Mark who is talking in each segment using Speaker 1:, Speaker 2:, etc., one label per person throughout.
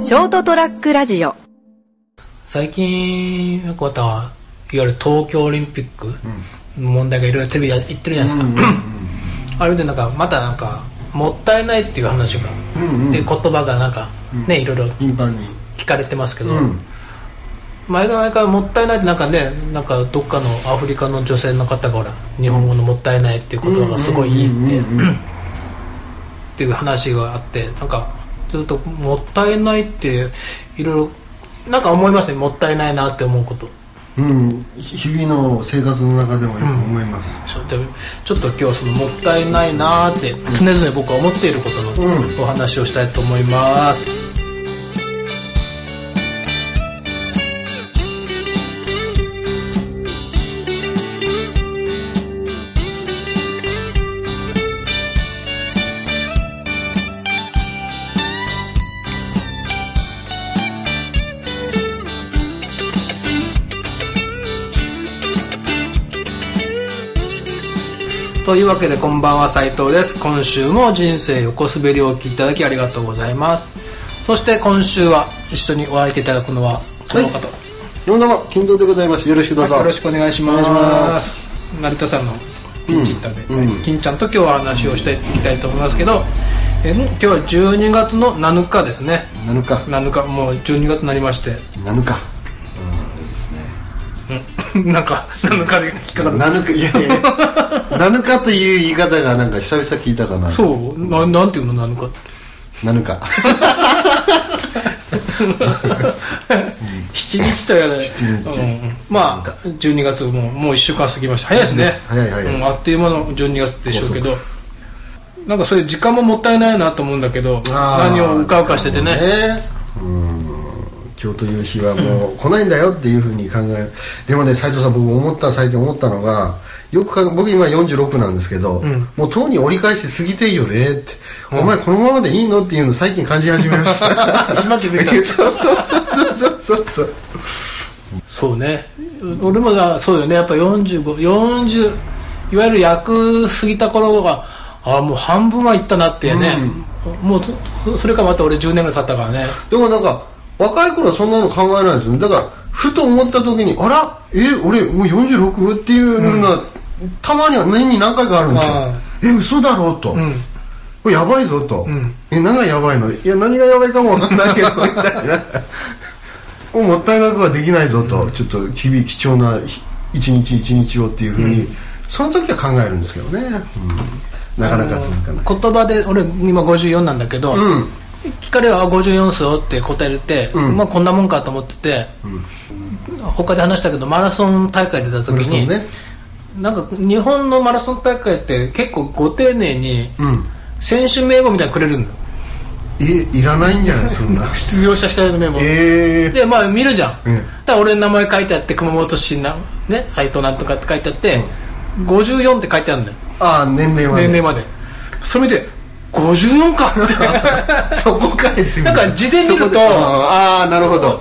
Speaker 1: ショートトラックラジオ
Speaker 2: 最近よくまたいわゆる東京オリンピックの問題がいろいろテレビで言ってるじゃないですか、あれでなんかまたなんかもったいないっていう話が、
Speaker 3: うんうん
Speaker 2: っていう言葉がなんかね、いろいろ
Speaker 3: 頻繁に
Speaker 2: 聞かれてますけど、
Speaker 3: うん
Speaker 2: 毎回毎回もったいないってなんかねなんかどっかのアフリカの女性の方がほら日本語のもったいないっていう言葉がすごいいいって、
Speaker 3: うんうんうんう
Speaker 2: っ
Speaker 3: ん
Speaker 2: ていう話があってなんかずっともったいないっていろいろなんか思いますねもったいないなって思うこと
Speaker 3: うん日々の生活の中でもよく思います
Speaker 2: ちょっとちょっと今日はそのもったいないなーって常々僕は思っていること
Speaker 3: う
Speaker 2: のお話をしたいと思います、というわけでこんばんは斉藤です今週も人生横滑りをお聞きいただきありがとうございますそして今週は一緒にお会いいただくのはこの方、
Speaker 3: どうもどうも金蔵でございますよろしくどうぞ
Speaker 2: よろしくお願いします
Speaker 3: お願いします
Speaker 2: 成田さんのピンチヒッターで、
Speaker 3: うん
Speaker 2: 金ちゃんと今日は話をしていきたいと思いますけど、えー今日は12月の7日ですね
Speaker 3: 7日
Speaker 2: 7日もう12月になりまして
Speaker 3: 7日うんいいですね
Speaker 2: うん なんか7日で引っかかる
Speaker 3: 7日いやいや7日という言い方がなんか久々聞いたかな
Speaker 2: そうななんていうの7日って
Speaker 3: 7日
Speaker 2: 7日とやらない
Speaker 3: 7日
Speaker 2: うんまあ12月ももう1週間過ぎました早いですね
Speaker 3: 早い早い
Speaker 2: うんあっという間の12月でしょうけどなんかそういう時間ももったいないなと思うんだけど
Speaker 3: あー
Speaker 2: 何をうかうかしててね
Speaker 3: うん今日という日はもう来ないんだよっていうふうに考えるでもね斉藤さん僕思った最近思ったのがよく考え僕今46なんですけど、
Speaker 2: ん
Speaker 3: もうとうに折り返し過ぎていいよねって、お前このままでいいのっていうの最近感じ始めました
Speaker 2: 今 気づいた
Speaker 3: そうそうそうそうそうそう
Speaker 2: そうね俺もだそうよねやっぱ4540いわゆる役過ぎた頃がああもう半分はいったなってね、もうそそれからまた俺10年ぐらい経ったからね
Speaker 3: でもなんか若い頃はそんなの考えないですよねだからふと思った時にあらえ俺もう 46? っていうのが、たまには年に何回かあるんですよ
Speaker 2: ああ
Speaker 3: え嘘だろうと、
Speaker 2: うん
Speaker 3: これやばいぞと、
Speaker 2: ん
Speaker 3: え何がやばいのいや何がやばいかもわかんないけどみたいな もうもったいなくはできないぞと、ちょっと日々貴重なひ一日一日をっていうふうに、その時は考えるんですけどね、うんなかなか続かない
Speaker 2: 言葉で俺今54なんだけど、
Speaker 3: うん
Speaker 2: 聞かれはあ54っすよって答えれて、
Speaker 3: うん
Speaker 2: まあこんなもんかと思ってて、他で話したけどマラソン大会出た時
Speaker 3: そ
Speaker 2: に、
Speaker 3: うね
Speaker 2: なんか日本のマラソン大会って結構ご丁寧に
Speaker 3: うん
Speaker 2: 選手名簿みたいなのくれるんだよ
Speaker 3: いいらないんじゃないそんな
Speaker 2: 出場した人の名簿
Speaker 3: ええ
Speaker 2: でまあ見るじゃん、
Speaker 3: うん
Speaker 2: だから俺の名前書いてあって熊本市なね配当なんとかって書いてあって、54って書いてあるんだよ
Speaker 3: ああ年齢は、
Speaker 2: 年齢までそれ見て54かって
Speaker 3: そこかいって
Speaker 2: なんか字で見ると
Speaker 3: そこであーあーなるほど
Speaker 2: おっっ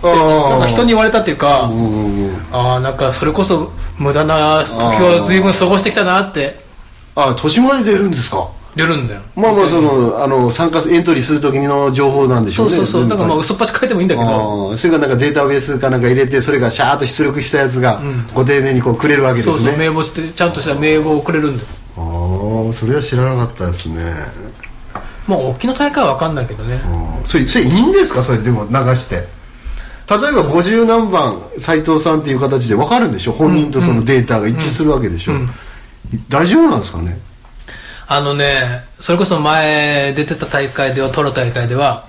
Speaker 2: てなんか人に言われたっていうか、
Speaker 3: うんうん
Speaker 2: ああなんかそれこそ無駄な時を随分過ごしてきたなって
Speaker 3: あ年まで出るんですか
Speaker 2: 出るんだよ
Speaker 3: まあまあそのあの参加エントリーする時の情報なんでし
Speaker 2: そ
Speaker 3: ょう
Speaker 2: う
Speaker 3: ね
Speaker 2: そうそう
Speaker 3: 全
Speaker 2: な
Speaker 3: 部
Speaker 2: んかまあ嘘っぱち書いてもいいんだけど
Speaker 3: あーそれがなんかデータベースかなんか入れてそれがシャーッと出力したやつがご丁寧にこうくれるわけで
Speaker 2: そう
Speaker 3: す
Speaker 2: そう
Speaker 3: ね
Speaker 2: 名簿してちゃんとした名簿をくれるんだよ
Speaker 3: ああーそれは知らなかったですね
Speaker 2: まあ大きな大会は分かんないけどね
Speaker 3: うんそれそれいいんですかそれでも流して例えば50何番斎藤さんっていう形で分かるんでしょ本人とそのデータが一致するわけでしょ、大丈夫なんですかね
Speaker 2: あのねそれこそ前出てた大会では取る大会では、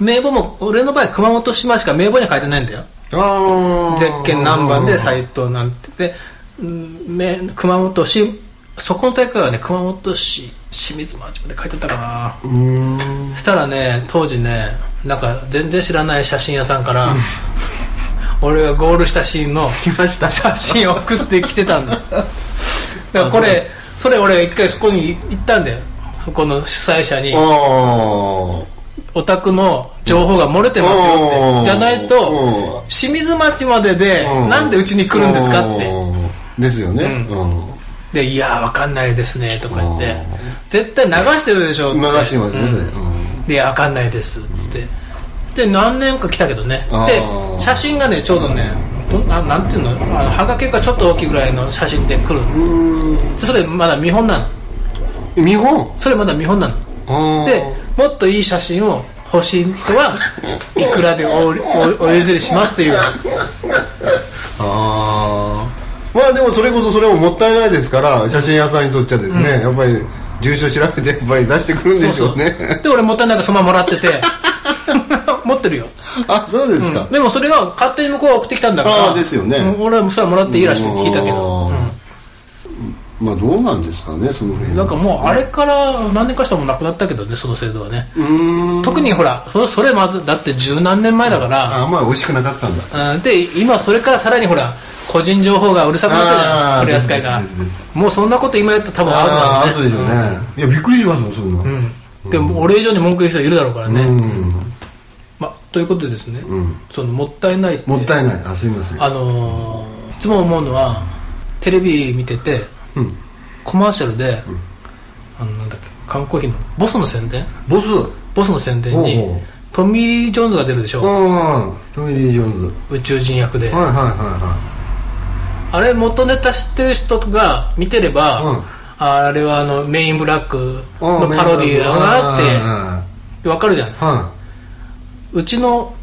Speaker 2: 名簿も俺の場合熊本島しか名簿には書いてないんだよ
Speaker 3: あ
Speaker 2: ゼッケン何番で斎藤なんてでうんめ熊本市そこの大会はね熊本市清水町まで書いてあったかな
Speaker 3: うーん
Speaker 2: そしたらね当時ねなんか全然知らない写真屋さんから俺がゴールしたシーンの
Speaker 3: 来ました
Speaker 2: 写真を送ってきてたんだだからこれそれ俺一回そこに行ったんだよそこの主催者に
Speaker 3: あ
Speaker 2: お宅の情報が漏れてますよっ
Speaker 3: う
Speaker 2: て
Speaker 3: ん
Speaker 2: じゃないと
Speaker 3: う
Speaker 2: 清水町までで
Speaker 3: あ
Speaker 2: なんでうちに来るんですかって
Speaker 3: ですよね、うん
Speaker 2: でいやーわかんないですねとか言って
Speaker 3: うん
Speaker 2: 絶対流してるでしょって
Speaker 3: 流してますね、それうん
Speaker 2: で「わかんないです」っつってで何年か来たけどね
Speaker 3: あー
Speaker 2: で写真がねちょうどねどななんていうのあのはがきがちょっと大きいぐらいの写真で来るでそれまだ見本なの
Speaker 3: 見本
Speaker 2: それまだ見本なの
Speaker 3: あー
Speaker 2: でもっといい写真を欲しい人 はいくらでおおお譲りしますという
Speaker 3: ああまあでもそれこそそれももったいないですから写真屋さんにとっちゃですね、やっぱり住所調べてやっぱり出してくるんでしょうね
Speaker 2: で俺もったいないからそのままもらってて持ってるよ
Speaker 3: あそうですか、
Speaker 2: でもそれが勝手に向こうが送ってきたんだから
Speaker 3: あーですよね
Speaker 2: うん俺はもうそれはもらっていいらしいって聞いたけど、
Speaker 3: あーまあどうなんですかねその辺
Speaker 2: なんかもうあれから何年かしてもなくなったけどねその制度はね
Speaker 3: うーん
Speaker 2: 特にほらそそれまずだって十何年前だから、
Speaker 3: あんまり美味しくなかったんだ
Speaker 2: うんで今それからさらにほら個人情報がうるさくなったじゃん
Speaker 3: あー
Speaker 2: 取り扱いが
Speaker 3: ですですです
Speaker 2: もうそんなこと今やったら多分
Speaker 3: あ
Speaker 2: あ
Speaker 3: あ
Speaker 2: る
Speaker 3: ー
Speaker 2: だ
Speaker 3: 後
Speaker 2: ろうね
Speaker 3: でしょうね、いやびっくりしますもんそんなうん、
Speaker 2: うんでも俺以上に文句言う人いるだろうからね、ま、ということでですね、
Speaker 3: ん
Speaker 2: そのもったいないって
Speaker 3: もったいないあすいません
Speaker 2: あのーいつも思うのはテレビ見てて
Speaker 3: うん
Speaker 2: コマーシャルで、あのなんだっけ缶コーヒーのボスの宣伝
Speaker 3: ボス
Speaker 2: ボスの宣伝に
Speaker 3: おうおう
Speaker 2: トミー・ジョーンズが出るでし
Speaker 3: う
Speaker 2: ょ
Speaker 3: んトミー・リー・ジョーンズ
Speaker 2: 宇宙人役で
Speaker 3: はいはいは
Speaker 2: あれ元ネタ知ってる人が見てれば、
Speaker 3: うん
Speaker 2: あれはあのメインブラック
Speaker 3: いはい
Speaker 2: の
Speaker 3: うん
Speaker 2: パロディーだなっ
Speaker 3: は
Speaker 2: てわかるじゃない
Speaker 3: いは
Speaker 2: うちの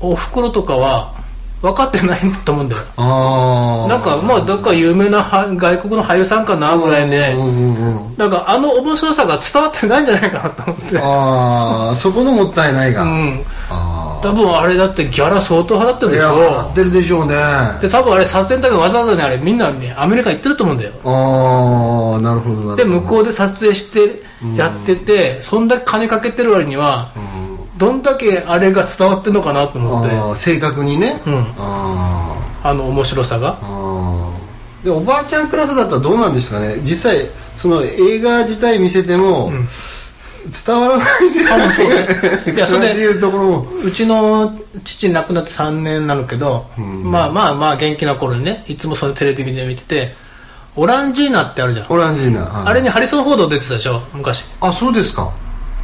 Speaker 2: おふくろとかは分かってないと思うんだよ
Speaker 3: いああ
Speaker 2: なんかまあどっか有名なは外国の俳優さんかなぐらいで、
Speaker 3: うんうんうん
Speaker 2: なんかあの面白さが伝わってないんじゃないかなと思って
Speaker 3: ああそこのもったいないが、
Speaker 2: うん
Speaker 3: あ
Speaker 2: 多分あれだってギャラ相当払ってる
Speaker 3: あい
Speaker 2: でし
Speaker 3: や
Speaker 2: ょ
Speaker 3: 合ってるでしょうねあ
Speaker 2: で多分あれ撮影のためにわざわざねあれみんなねアメリカ行ってると思うんだよ
Speaker 3: あなるほどなるほど
Speaker 2: で向こうで撮影してやってて、そんだけ金かけてる割には、どんだけあれが伝わってんのかなと思って
Speaker 3: あ
Speaker 2: あ
Speaker 3: あ正確にね、
Speaker 2: うん
Speaker 3: ああ
Speaker 2: の面白さ が
Speaker 3: あーでおばあちゃんクラスだったらどうなんですかね実際その映画自体見せても、伝わらないじゃない
Speaker 2: 多分そうねいやそれで
Speaker 3: っていうところも
Speaker 2: うちの父亡くなって3年なのけど、まあまあまあ元気な頃にねいつもそのテレビで見ててオランジーナってあるじゃん
Speaker 3: オランジーナ、はい
Speaker 2: あれにハリソン・フォード出てたでしょ昔
Speaker 3: あそうですか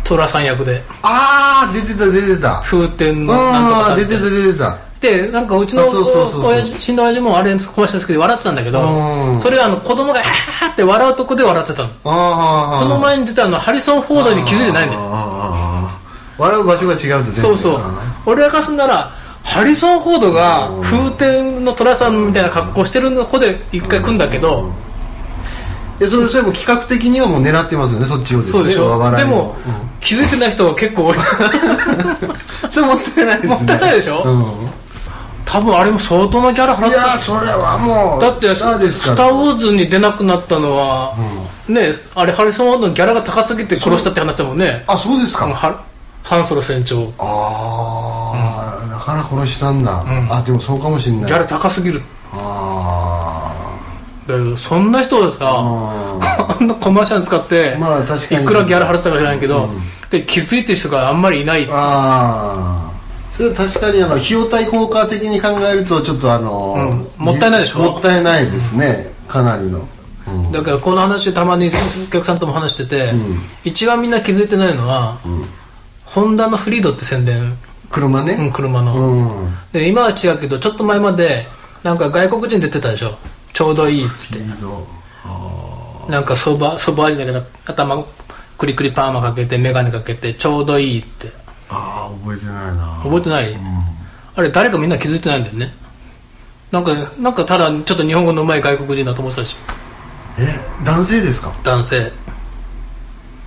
Speaker 2: 寅さん役で
Speaker 3: ああ出てた出てた
Speaker 2: 風天のなんとか
Speaker 3: あ
Speaker 2: さ
Speaker 3: あ
Speaker 2: ん
Speaker 3: 出てた出てた
Speaker 2: でなんかうちの
Speaker 3: あそうそうそうそう
Speaker 2: 親父死んだ親父もあれに突っ込ましてたんですけど笑ってたんだけど
Speaker 3: うん
Speaker 2: それはあの子供が「ハーって笑うとこで笑ってたの
Speaker 3: ああ
Speaker 2: その前に出たあのハリソン・フォードに気づいてないんだよ
Speaker 3: あー笑う場所が違うと全然
Speaker 2: そうそう
Speaker 3: あ
Speaker 2: 俺らからすんならハリソン・フォードが風天の寅さんみたいな格好してるの子で一回来んだけど
Speaker 3: ーでそれそれも企画的にはもう狙ってますよねそっちをですね
Speaker 2: そうでしょ
Speaker 3: 笑
Speaker 2: で
Speaker 3: いの
Speaker 2: も気づいてない人が結構多い
Speaker 3: うんそれもったいないですね
Speaker 2: もったいないでしょ
Speaker 3: うん
Speaker 2: 多分あれも相当なギャラ払っ
Speaker 3: い
Speaker 2: て
Speaker 3: や
Speaker 2: た
Speaker 3: ーそれはもう
Speaker 2: だって「
Speaker 3: スターです
Speaker 2: ス
Speaker 3: か
Speaker 2: タ
Speaker 3: ら
Speaker 2: ー・ウォーズ」に出なくなったのは、ねあれハリソン・フォードのギャラが高すぎて殺したって話だもんね
Speaker 3: あそうです
Speaker 2: あ
Speaker 3: か
Speaker 2: のハハンソロ船長ギ
Speaker 3: ああ、だから殺したんだ、あでもそうかもしれない
Speaker 2: ャラ高すぎる
Speaker 3: あ
Speaker 2: だけどそんな人がさ
Speaker 3: ーあ
Speaker 2: あんなコマーシャル使って、
Speaker 3: まあ確かに
Speaker 2: いくらギャラ払ってたか知らないけど、で気づいてる人があんまりいない
Speaker 3: ーあーそれは確かにあの費用対効果的に考えるとちょっとあのー、
Speaker 2: うんもったいないでしょ
Speaker 3: もったいないですねかなりの、うん
Speaker 2: だからこの話たまにお客さんとも話してて、一番みんな気づいてないのは、ホンダのフリードって宣伝、
Speaker 3: 車
Speaker 2: う
Speaker 3: ね
Speaker 2: ん、車の、
Speaker 3: うん、
Speaker 2: で今は違うけどちょっと前までなんか外国人出てたでしょちょうどいいっつって
Speaker 3: いいの
Speaker 2: なんかそばそば味だけど頭クリクリパーマかけて眼鏡かけてちょうどいいって
Speaker 3: ああ覚えてないな
Speaker 2: 覚えてない、あれ誰かみんな気づいてないんだよねなんかなんかただちょっと日本語のうまい外国人だと思ってたでしょ
Speaker 3: え男性ですか
Speaker 2: 男性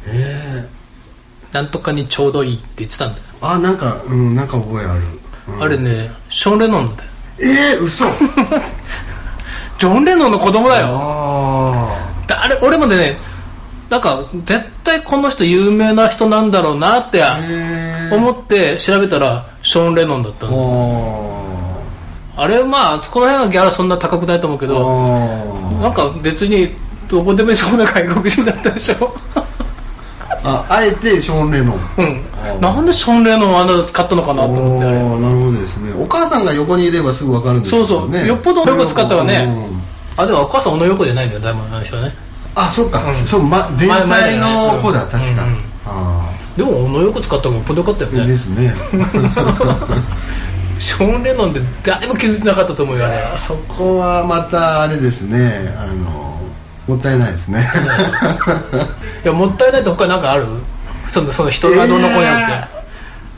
Speaker 3: ええ
Speaker 2: なんとかにちょうどいいって言ってたんだよ、
Speaker 3: あなんかうんなんか覚えある、うん
Speaker 2: あれねショーン・レノンだよ
Speaker 3: ええ 嘘
Speaker 2: ジョン・レノンの子供だよ
Speaker 3: あ
Speaker 2: 誰俺もねなんか絶対この人有名な人なんだろうなって
Speaker 3: あええ
Speaker 2: 思って調べたらショーン・レノンだったの
Speaker 3: ああ
Speaker 2: あれまああそこら辺のギャラそんな高くないと思うけど
Speaker 3: あ
Speaker 2: なんか別にどこでもいそうな外国人だったでしょ
Speaker 3: ーああえてショーン・レノン
Speaker 2: うん
Speaker 3: あー
Speaker 2: なんでショーン・レノンをあんなの使ったのかなと思ってあれ
Speaker 3: おーなるほどですねお母さんが横にいればすぐ分かるんです
Speaker 2: そう
Speaker 3: よ
Speaker 2: そう、
Speaker 3: ね
Speaker 2: よっぽど小野横使ったわね
Speaker 3: うん
Speaker 2: あでもお母さん小野横じゃないんだよ大門の人はね
Speaker 3: あそっか、そう、ま、前
Speaker 2: 前前
Speaker 3: 菜
Speaker 2: だよね
Speaker 3: の子だ確か、
Speaker 2: うんうん
Speaker 3: あ
Speaker 2: でも小野よく使った方がよっぽどよかったよ
Speaker 3: で
Speaker 2: ね
Speaker 3: すね
Speaker 2: ショーン・レノンで誰も気づいてなかったと思うよね
Speaker 3: そこはまたあれですねあのもったいないですね
Speaker 2: いやもったいないって他なんかあるそのその人がどうの子やって、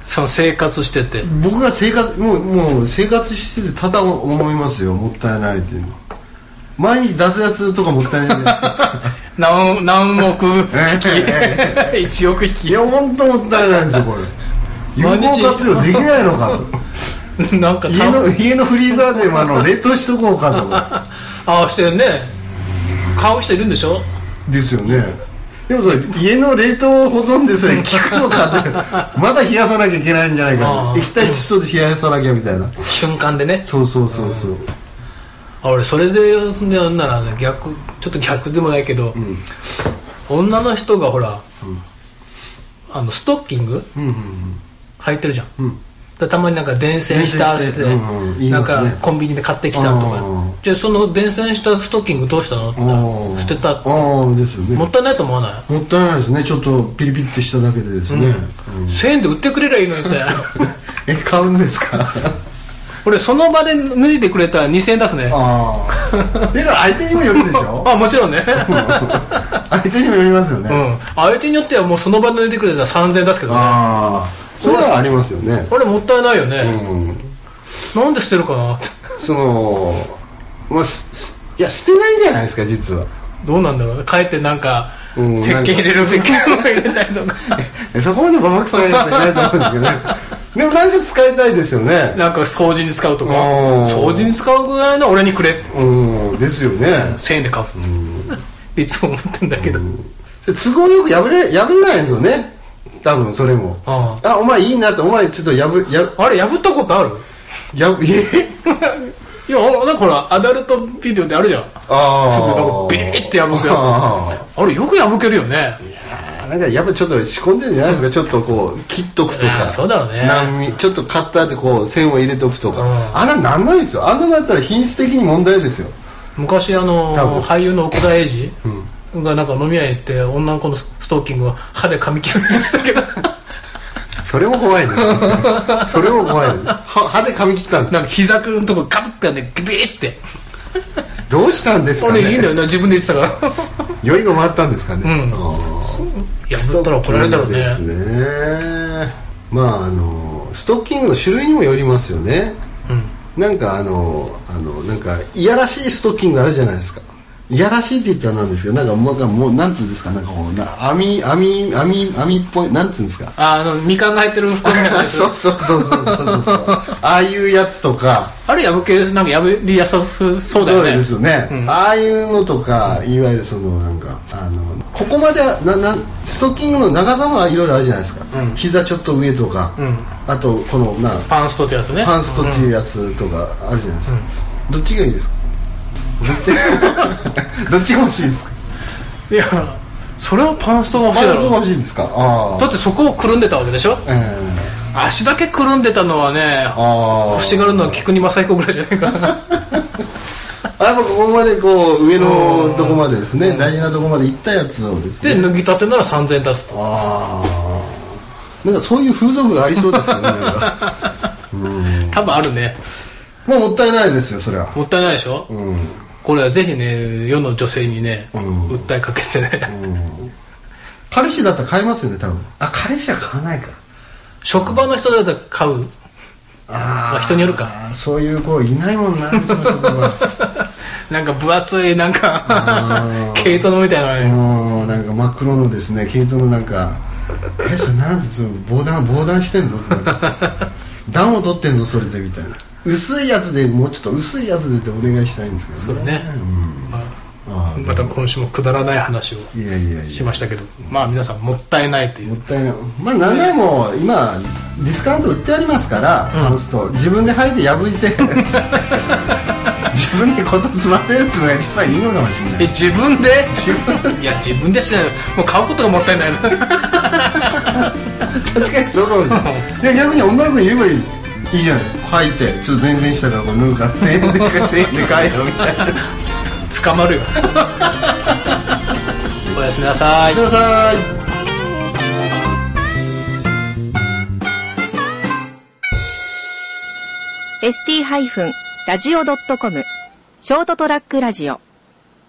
Speaker 2: その生活してて
Speaker 3: 僕が生活もうもう生活しててただ思いますよもったいないっていうの毎日出すやつとかもったいないじゃないですか
Speaker 2: 何何億
Speaker 3: え
Speaker 2: 匹 一億
Speaker 3: えい
Speaker 2: 匹
Speaker 3: や本当もったいないですよこれ有
Speaker 2: 毎日
Speaker 3: 効活用できないのかと
Speaker 2: なんか
Speaker 3: 家
Speaker 2: た
Speaker 3: の家のフリーザーでもあの冷凍しとこうかとか
Speaker 2: ああしてるね買う人いるんでしょ
Speaker 3: ですよねでもそれ家の冷凍保存でそれ効くのか ってまだ冷やさなきゃいけないんじゃないか
Speaker 2: あー
Speaker 3: 液体窒素で冷やさなきゃみたいな
Speaker 2: 瞬間でね
Speaker 3: そうそうそうそう
Speaker 2: あ俺それでねなんならね逆ちょっと逆でもないけど、女の人がほら、あのストッキング、
Speaker 3: うんうんうん
Speaker 2: 履いてるじゃん、でたまになんか伝染したって
Speaker 3: 伝染してうんうん言い
Speaker 2: なん
Speaker 3: ますね
Speaker 2: かコンビニで買ってきたとか
Speaker 3: うん
Speaker 2: じゃあその伝染したストッキングどうしたのって言
Speaker 3: ああ
Speaker 2: ったら捨てた
Speaker 3: ああですよね
Speaker 2: も
Speaker 3: も
Speaker 2: ったいないと思わない
Speaker 3: ったいないですねちょっとピリピリってしただけでですね、うん
Speaker 2: 1000円で売ってくれりゃいい のにって
Speaker 3: え買うんですか
Speaker 2: 俺その場で脱いでくれたら2000円出すねあ
Speaker 3: ああでも相手にもよるでし ょ
Speaker 2: もちろんね
Speaker 3: 相手にもよりますよね、
Speaker 2: うん相手によってはもうその場で脱いでくれたら3000円出すけどね
Speaker 3: ああそれはありますよね
Speaker 2: 俺もったいないよね、
Speaker 3: うん
Speaker 2: なんで捨てるかなって
Speaker 3: そのまあすすいや捨てないじゃないですか実は
Speaker 2: どうなんだろう帰ってなんか
Speaker 3: うん
Speaker 2: 石鹸入れる石鹸を入れたり とか
Speaker 3: えそこまでババくさいやつはいないと思う んですけどねでもなんか使いたいですよね
Speaker 2: なんか掃除に使うとか
Speaker 3: あー
Speaker 2: 掃除に使うぐらいの俺にくれ
Speaker 3: うんですよね
Speaker 2: 1000円で買ういつも思ってんだけど
Speaker 3: で都合よく破れ破れないんですよね多分それも
Speaker 2: あ
Speaker 3: あお前いいなってお前ちょっと破や
Speaker 2: あれ破ったことある
Speaker 3: やえ
Speaker 2: いやあなんかほらアダルトビデオであるじゃん
Speaker 3: あ
Speaker 2: すぐなんかビリって破くやつ
Speaker 3: や
Speaker 2: あれよく破けるよね
Speaker 3: つなんかやっぱちょっと仕込んでるんじゃないですかちょっとこう切っとくと
Speaker 2: いや
Speaker 3: か
Speaker 2: ーそうだろうね
Speaker 3: 難民ちょっとカッターでこう線を入れとくとか
Speaker 2: うん
Speaker 3: あんななんないですよあんなだったら品質的に問題ですよ
Speaker 2: 昔あの
Speaker 3: 多分
Speaker 2: 俳優の奥田瑛二がなんか飲み屋に行って女の子のストッキングを歯で噛み切るって言ってたけ ど
Speaker 3: それも怖いねそれも怖いは歯で噛み切ったんです
Speaker 2: なんか膝くんとこガブってねビリって
Speaker 3: どうしたんですか
Speaker 2: 俺いいんだ
Speaker 3: ね
Speaker 2: よな自分で言ってたから
Speaker 3: 酔いが回ったんですかね、
Speaker 2: うん
Speaker 3: あー
Speaker 2: 破ったら怒られたろうね
Speaker 3: ストッキングですねまああのストッキングの種類にもよりますよね
Speaker 2: うん
Speaker 3: なんかあのあのなんかいやらしいストッキングあるじゃないですかいやらしいって言ったらなんですけどなんかもうなんかもうなんつうんですかなんかこうな網網網網っぽいなんつうんで すか
Speaker 2: ああのみかんが入ってる袋の中です
Speaker 3: そうそうそうそうそうそうそうああいうやつとか
Speaker 2: あれ破けなんか破りやすそうだよね
Speaker 3: ですよね、
Speaker 2: うん
Speaker 3: ああいうのとかいわゆるそのなんかあのここまではななストッキングの長さもいろいろあるじゃないですか、
Speaker 2: うん
Speaker 3: 膝ちょっと上とか、
Speaker 2: うん
Speaker 3: あとこのな
Speaker 2: パンストってやつね
Speaker 3: パンストっていうやつとかあるじゃないですか、どっちがいいですかどっち どっちが欲しいですか
Speaker 2: いやそれはパンストが欲
Speaker 3: パ
Speaker 2: しい
Speaker 3: ン
Speaker 2: だ
Speaker 3: スト
Speaker 2: ろ
Speaker 3: が欲しいんですかあ
Speaker 2: だっ
Speaker 3: あ
Speaker 2: てそこをくるんでたわけでしょ
Speaker 3: えー、
Speaker 2: 足だけくるんでたのはね
Speaker 3: ああ
Speaker 2: 欲しがるのは菊庭正彦ぐらいじゃないかな
Speaker 3: あやっぱここまでこう上のとこまでですね大事なとこまで行ったやつをですね
Speaker 2: で脱ぎたてなら3000円出すと
Speaker 3: ああなんかそういう風俗がありそうですよね
Speaker 2: 多分あるね
Speaker 3: まあもったいないですよそりゃ
Speaker 2: もったいないでしょ、
Speaker 3: うん
Speaker 2: これはぜひね世の女性にね、
Speaker 3: うん
Speaker 2: 訴えかけてね、
Speaker 3: 彼氏だったら買いますよね多分あ彼氏は買わないか
Speaker 2: 職場の人だったら買う
Speaker 3: あ
Speaker 2: まあ人によるか
Speaker 3: ーそういう子いないもん なうちの職場
Speaker 2: なんか分厚いなんか
Speaker 3: あー
Speaker 2: 毛糸のみたいなのね、
Speaker 3: もうなんか真っ黒のですね毛糸のなんか「えそれなんでその防弾防弾してんの?」ってなん か「弾を取ってんのそれで」みたいな薄いやつでもうちょっと薄いやつでってお願いしたいんですけど
Speaker 2: そう
Speaker 3: ね
Speaker 2: ね
Speaker 3: うん
Speaker 2: ま
Speaker 3: あ
Speaker 2: あ
Speaker 3: ー
Speaker 2: また今週もくだらない話を
Speaker 3: いやいやいや
Speaker 2: しましたけどまあ皆さんもったいないとい
Speaker 3: も
Speaker 2: う
Speaker 3: ったいないまあ何でも今ディスカウント売ってありますから、パンスト自分で履いて破いて 自分でこと済ませるっつうのが一番いいのかもしれない
Speaker 2: え自分で
Speaker 3: 自分
Speaker 2: いや自分ではしないよもう買うことがもったいないな
Speaker 3: 確かにそうかもしれないいや逆に女の子に言えばいいいいじゃないですか履いてちょっと全然したからこう脱ぐから1000円で 買え1000円で買えよみ たいな
Speaker 2: 捕まるよ おやすみなさい
Speaker 3: ください
Speaker 1: ST-radio.com ショートトラックラジオ